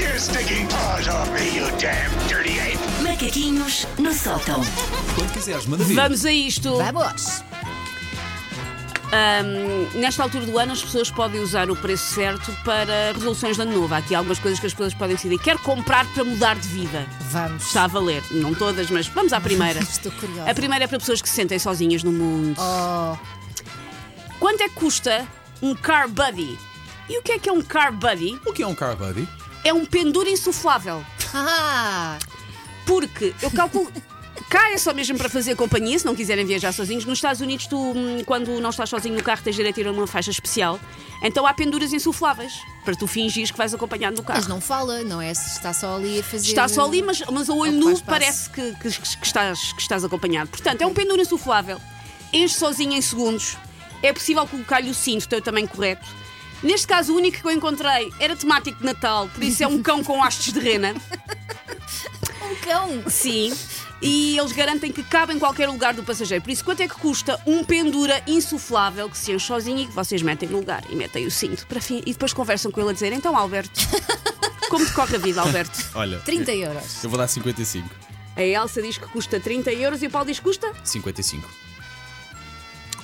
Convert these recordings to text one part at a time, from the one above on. your stinking paws off me, you damn dirty ape! Macaquinhos no sótão. Quando quiseres, manda vir. Vamos a isto. Vamos! Ahm, nesta altura do ano, as pessoas podem usar o preço certo para resoluções de ano novo. Há aqui algumas coisas que as pessoas podem decidir. Quer comprar para mudar de vida. Vamos. Está a valer. Não todas, mas vamos à primeira. Estou curiosa. A primeira é para pessoas que se sentem sozinhas no mundo. Oh, Quanto é que custa um car buddy? E o que é que é um car buddy? O que é um car buddy? É um pendura insuflável. ah, Porque eu calculo. Cá é só mesmo para fazer companhia, se não quiserem viajar sozinhos. Nos Estados Unidos, tu, hum, quando não estás sozinho no carro, tens direito a ir a uma faixa especial. Então há penduras insufláveis, para tu fingires que vais acompanhado no carro. mas não né? fala, não é? Se está só ali a fazer. Está só ali, mas, mas ao olho Ocupar nu espaço. parece que, que- que estás, que estás acompanhado. Portanto, é um pendura insuflável. Enche sozinho em segundos. É possível colocar-lhe o cinto, tem o tamanho correto. Neste caso, o único que eu encontrei era temático de Natal, por isso é um cão com hastes de rena. Um cão! Sim. E eles garantem que cabe em qualquer lugar do passageiro. Por isso, quanto é que custa um pendura insuflável que se enche sozinho e que vocês metem no lugar e metem o cinto para fim e depois conversam com ele a dizer: Então, Alberto, como te corre a vida, Alberto? Olha, 30 euros. eu vou dar 55. A Elsa diz que custa 30 euros e o Paulo diz que custa. 55.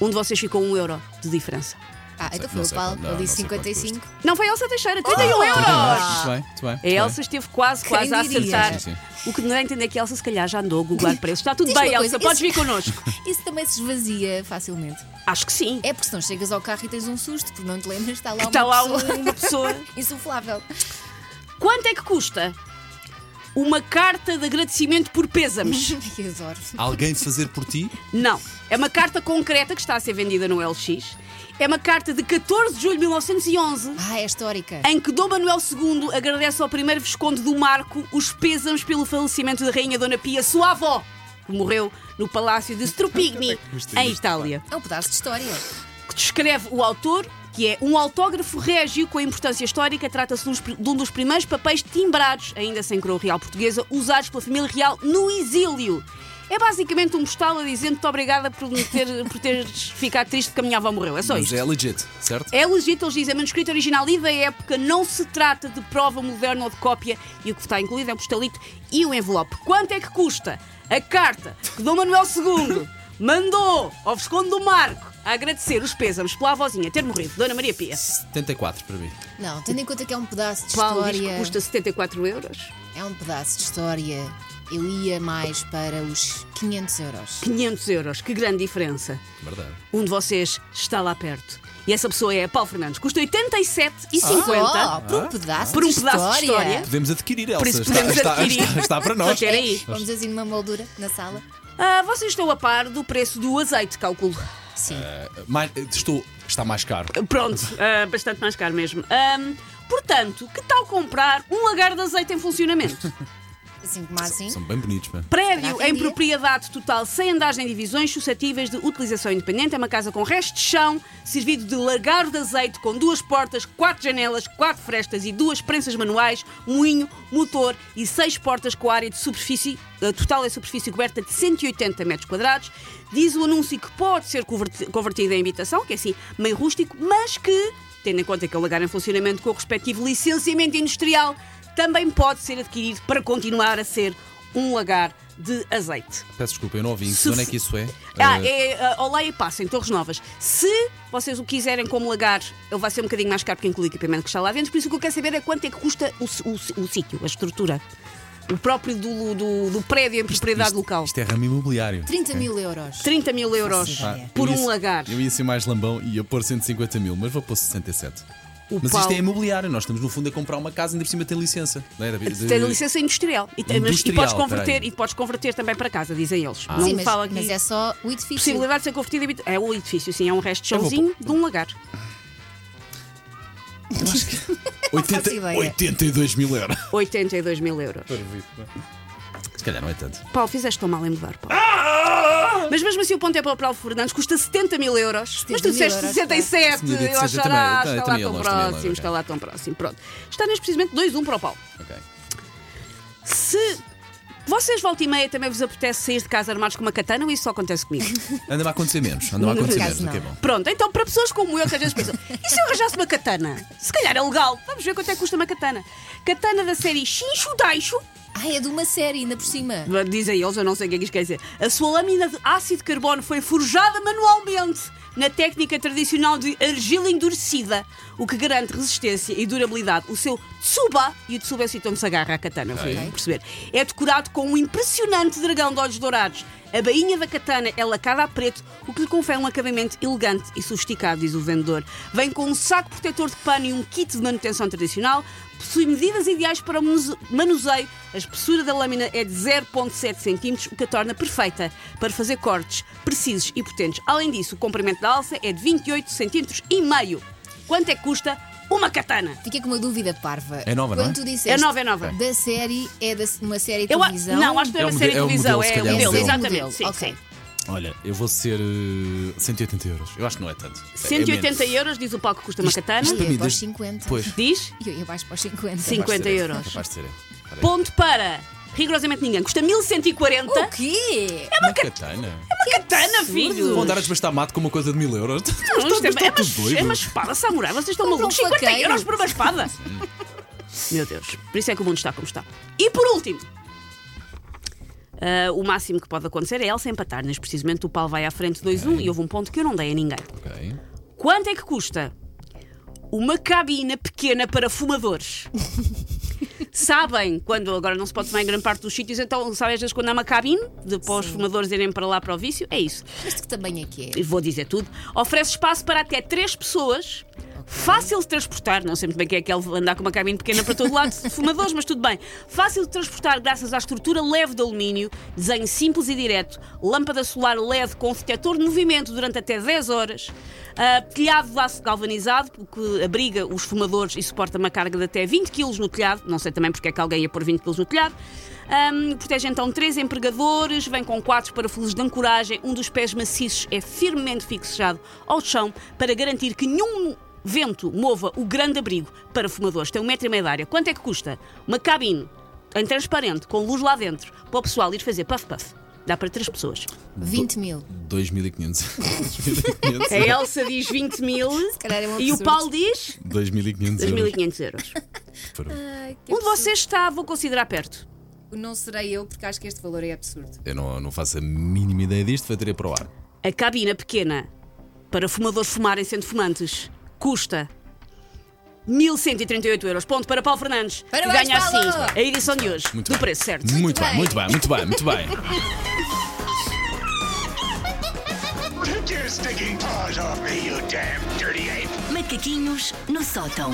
Um de vocês ficou 1 euro de diferença. Ah, então Não foi o sei Paulo, quanto- ele não, disse não sei quanto 55. Não foi a Elsa Teixeira, 31 Oh! euros! Muito bem, muito bem. A Ah! Elsa esteve quase, quase a diria? acertar. Sim, O que não dá a entender é que a Elsa, se calhar, já andou a googlar preços. Está tudo Diz-me bem, uma Elsa, coisa, podes vir isso- connosco. Isso também se esvazia facilmente. Acho que sim. É porque se não chegas ao carro e tens um susto, porque não te lembras, está lá uma Está lá um- pessoa uma pessoa. insuflável. Quanto é que custa uma carta de agradecimento por pêsames? Ai, adoro. Alguém fazer por ti? Não. É uma carta concreta que está a ser vendida no LX. É uma carta de 14 de julho de 1911. Ah, é histórica. Em que Dom Manuel II agradece ao primeiro Visconde do Marco os pésames pelo falecimento da Rainha Dona Pia, sua avó, que morreu no Palácio de Strupigni, Gostei em disto, Itália. É um pedaço de história. que descreve o autor, que é um autógrafo régio com a importância histórica. Trata-se de uns- de um dos primeiros papéis timbrados, ainda sem coroa real portuguesa, usados pela família real no exílio. É basicamente um postal a dizer muito obrigada por, me ter, por teres ficado triste que a minha avó morreu. É só Mas isto. é legit, certo? É legítimo, eles dizem, a manuscrito original e da época não se trata de prova moderna ou de cópia, e o que está incluído é o postalito e o envelope. Quanto é que custa a carta que Dom Manuel II mandou ao Visconde do Marco a agradecer os pésames pela avózinha ter morrido, Dona Maria Pia? 74 para mim. Não, tendo em conta que é um pedaço de Paulo diz que história. custa 74 euros. É um pedaço de história. Eu ia mais para os 500 euros. 500 euros, que grande diferença. Verdade. Um de vocês está lá perto. E essa pessoa é a Paulo Fernandes. Custa 87,50. Oh, por um pedaço, Por um pedaço de, de história. história. É Podemos adquirir, Elsa. isso está, podemos está- adquirir. está- está para nós. Para ter aí. Vamos assim numa moldura na sala? Ah, vocês estão a par do preço do azeite, calculo. Sim. Eh, mais- estou, está mais caro. Pronto, ah, bastante mais caro mesmo. Ahm, portanto, que tal comprar um lagar de azeite em funcionamento? Assim como assim. São bem bonitos, mano. Prédio Será que em um dia? propriedade total, sem andares nem divisões, suscetíveis de utilização independente. É uma casa com resto de chão, servido de lagar de azeite, com duas portas, quatro janelas, quatro frestas e duas prensas manuais, moinho, motor e seis portas com área de superfície, eh, total é superfície coberta de 180 metros quadrados. Diz o anúncio que pode ser converti- convertida em habitação, que é assim meio rústico, mas que, tendo em conta que é o lagar em funcionamento com o respectivo licenciamento industrial, também pode ser adquirido para continuar a ser um lagar de azeite. Peço desculpa, eu não ouvi. Em que Se zona é f- que isso é? Ah, Eh, é ah, Oleia e Passa, em Torres Novas. Se vocês o quiserem como lagar, ele vai ser um bocadinho mais caro porque inclui o equipamento que está lá dentro. Por isso o que eu quero saber é quanto é que custa o, s- o s- o sítio, a estrutura. O próprio do, do- do prédio em propriedade isto- local. Isto é ramo imobiliário. Ah, 30 mil euros. 30 mil euros Faço ideia. por eu um ia ser- lagar. Eu ia ser mais lambão e ia pôr 150 mil, mas vou pôr 67. O mas isto Paulo- é imobiliário, nós estamos no fundo a comprar uma casa e ainda por cima tem licença. Não é, David? De- Tem licença industrial. E, tem- mas- e Industrial, Ah. podes converter, peraí. e podes converter também para casa, dizem eles. Não Sim, me mas, fala aqui. mas é só o edifício. Possibilidade de ser convertido em habita- É um edifício, sim, é um resto de Eu vou chãozinho de um lagar. 80, faço é. ideia. 82 mil euros. 82 mil euros. Se calhar não é tanto. Paulo, fizeste tão mal em mudar, Paulo. Ah! Mas mesmo assim, o ponto é para o Paulo Fernandes, custa 70 mil euros. 70 mas tu disseste mil euros, 67, claro. Tinha dito eu 60 também, achará, está lá também é longe, tão também é longe, ok. próximo, está lá um tão próximo. Pronto. Está neste precisamente 2-1 para o Paulo. Ok. Se Vocês, volta e meia, também vos apetece sair de casa armados com uma katana ou isso só acontece comigo? Anda-me a acontecer menos. Anda-me a No acontecer menos. caso, do que é não. bom. Pronto, então para pessoas como eu que às vezes pensam, e se eu arranjasse uma katana? Se calhar é legal. Vamos ver quanto é que custa uma katana. Katana da série Shinshu Daisho, Ah, é de uma série, ainda por cima. dizem eles, eu não sei o que é que isto quer dizer. A sua lâmina de ácido carbono foi forjada manualmente na técnica tradicional de argila endurecida, o que garante resistência e durabilidade. O seu tsuba, e o tsuba é o sítio onde se agarra a katana, foi perceber, é decorado com um impressionante dragão de olhos dourados. A bainha da katana é lacada a preto, o que lhe confere um acabamento elegante e sofisticado, diz o vendedor. Vem com um saco protetor de pano e um kit de manutenção tradicional. Possui medidas ideais para o muse- manuseio. A espessura da lâmina é de 0,7 cm, o que a torna perfeita para fazer cortes precisos e potentes. Além disso, o comprimento da alça é de 28 cm e meio. Quanto é que custa uma katana? Fiquei com uma dúvida parva. É nova, Quando não é? tu disseste É nova, é nova. Da série, é de uma série de Eu a- televisão? não, acho que não é É uma um série de modelo- é um televisão, modelo, se é um calhar, é um modelo, modelo. É exatamente. Sim, Ok. sim. Olha, eu vou ser eh, 180 euros. Eu acho que não é tanto. É- é 180 menos. euros, diz o palco que custa uma katana. Isto para é mim para os desde- 50. Pois. Diz? E eu ia abaixo para os 50. Sim. 50 euros. Capaz de ser, é. Espera aí. Ponto para rigorosamente ninguém. Custa 1140. O quê? É Uma katana. Uma katana, absurdo. filho! Vão andar a desbastar mato com uma coisa de mil euros. Não, isto é, é, tudo uma, doido. é uma espada samurai, vocês estão Compra um malucos. 50 faqueiro. euros por uma espada! Meu Deus, por isso é que o mundo está como está. E por último, ah, o máximo que pode acontecer é Elsa empatar. Neste precisamente o pau vai à frente 2-1 e houve um ponto que eu não dei a ninguém. Ok. Quanto é que custa uma cabina pequena para fumadores? sabem, quando agora não se pode fumar em grande parte dos sítios, então sabem às vezes quando há uma cabine, depois os fumadores irem para lá para o vício? É isso. Mas de que tamanho é que é? E vou dizer tudo, oferece espaço para até três pessoas, fácil de transportar, não sei muito bem quem é que é andar com uma cabine pequena para todo lado, de fumadores, mas tudo bem. Fácil de transportar graças à estrutura leve de alumínio, desenho simples e direto, lâmpada solar LED com detector de movimento durante até 10 horas, ah, telhado de aço galvanizado, o que abriga os fumadores e suporta uma carga de até 20 kg no telhado, não sei também porque é que alguém ia pôr 20 kg no telhado. Ahm, protege então três empregadores, vem com quatro parafusos de ancoragem, um dos pés maciços é firmemente fixado ao chão para garantir que nenhum vento mova o grande abrigo para fumadores. Tem um metro e meio de área. Quanto é que custa? Uma cabine em transparente, com luz lá dentro, para o pessoal ir fazer puff-puff. Dá para três pessoas. 20 mil. 2500. A Elsa diz 20 mil calhar é um e o absurdo. Paulo diz 2500 euros. 2.500 euros. Foram. Ai, que Um de absurdo. vocês está, vou considerar perto. Não serei eu, porque acho que este valor é absurdo. Eu não, não faço a mínima ideia disto, vai ter para o ar. A cabina pequena para fumadores fumarem sendo fumantes custa 1138 euros. Ponto para Paulo Fernandes. que Parabéns, ganha assim Paulo! a edição de hoje Muito do bem. preço certo. Muito bem, bem. muito bem, muito bem, muito bem. Take your stinking paws off me, you damn dirty ape! Macaquinhos no sótão.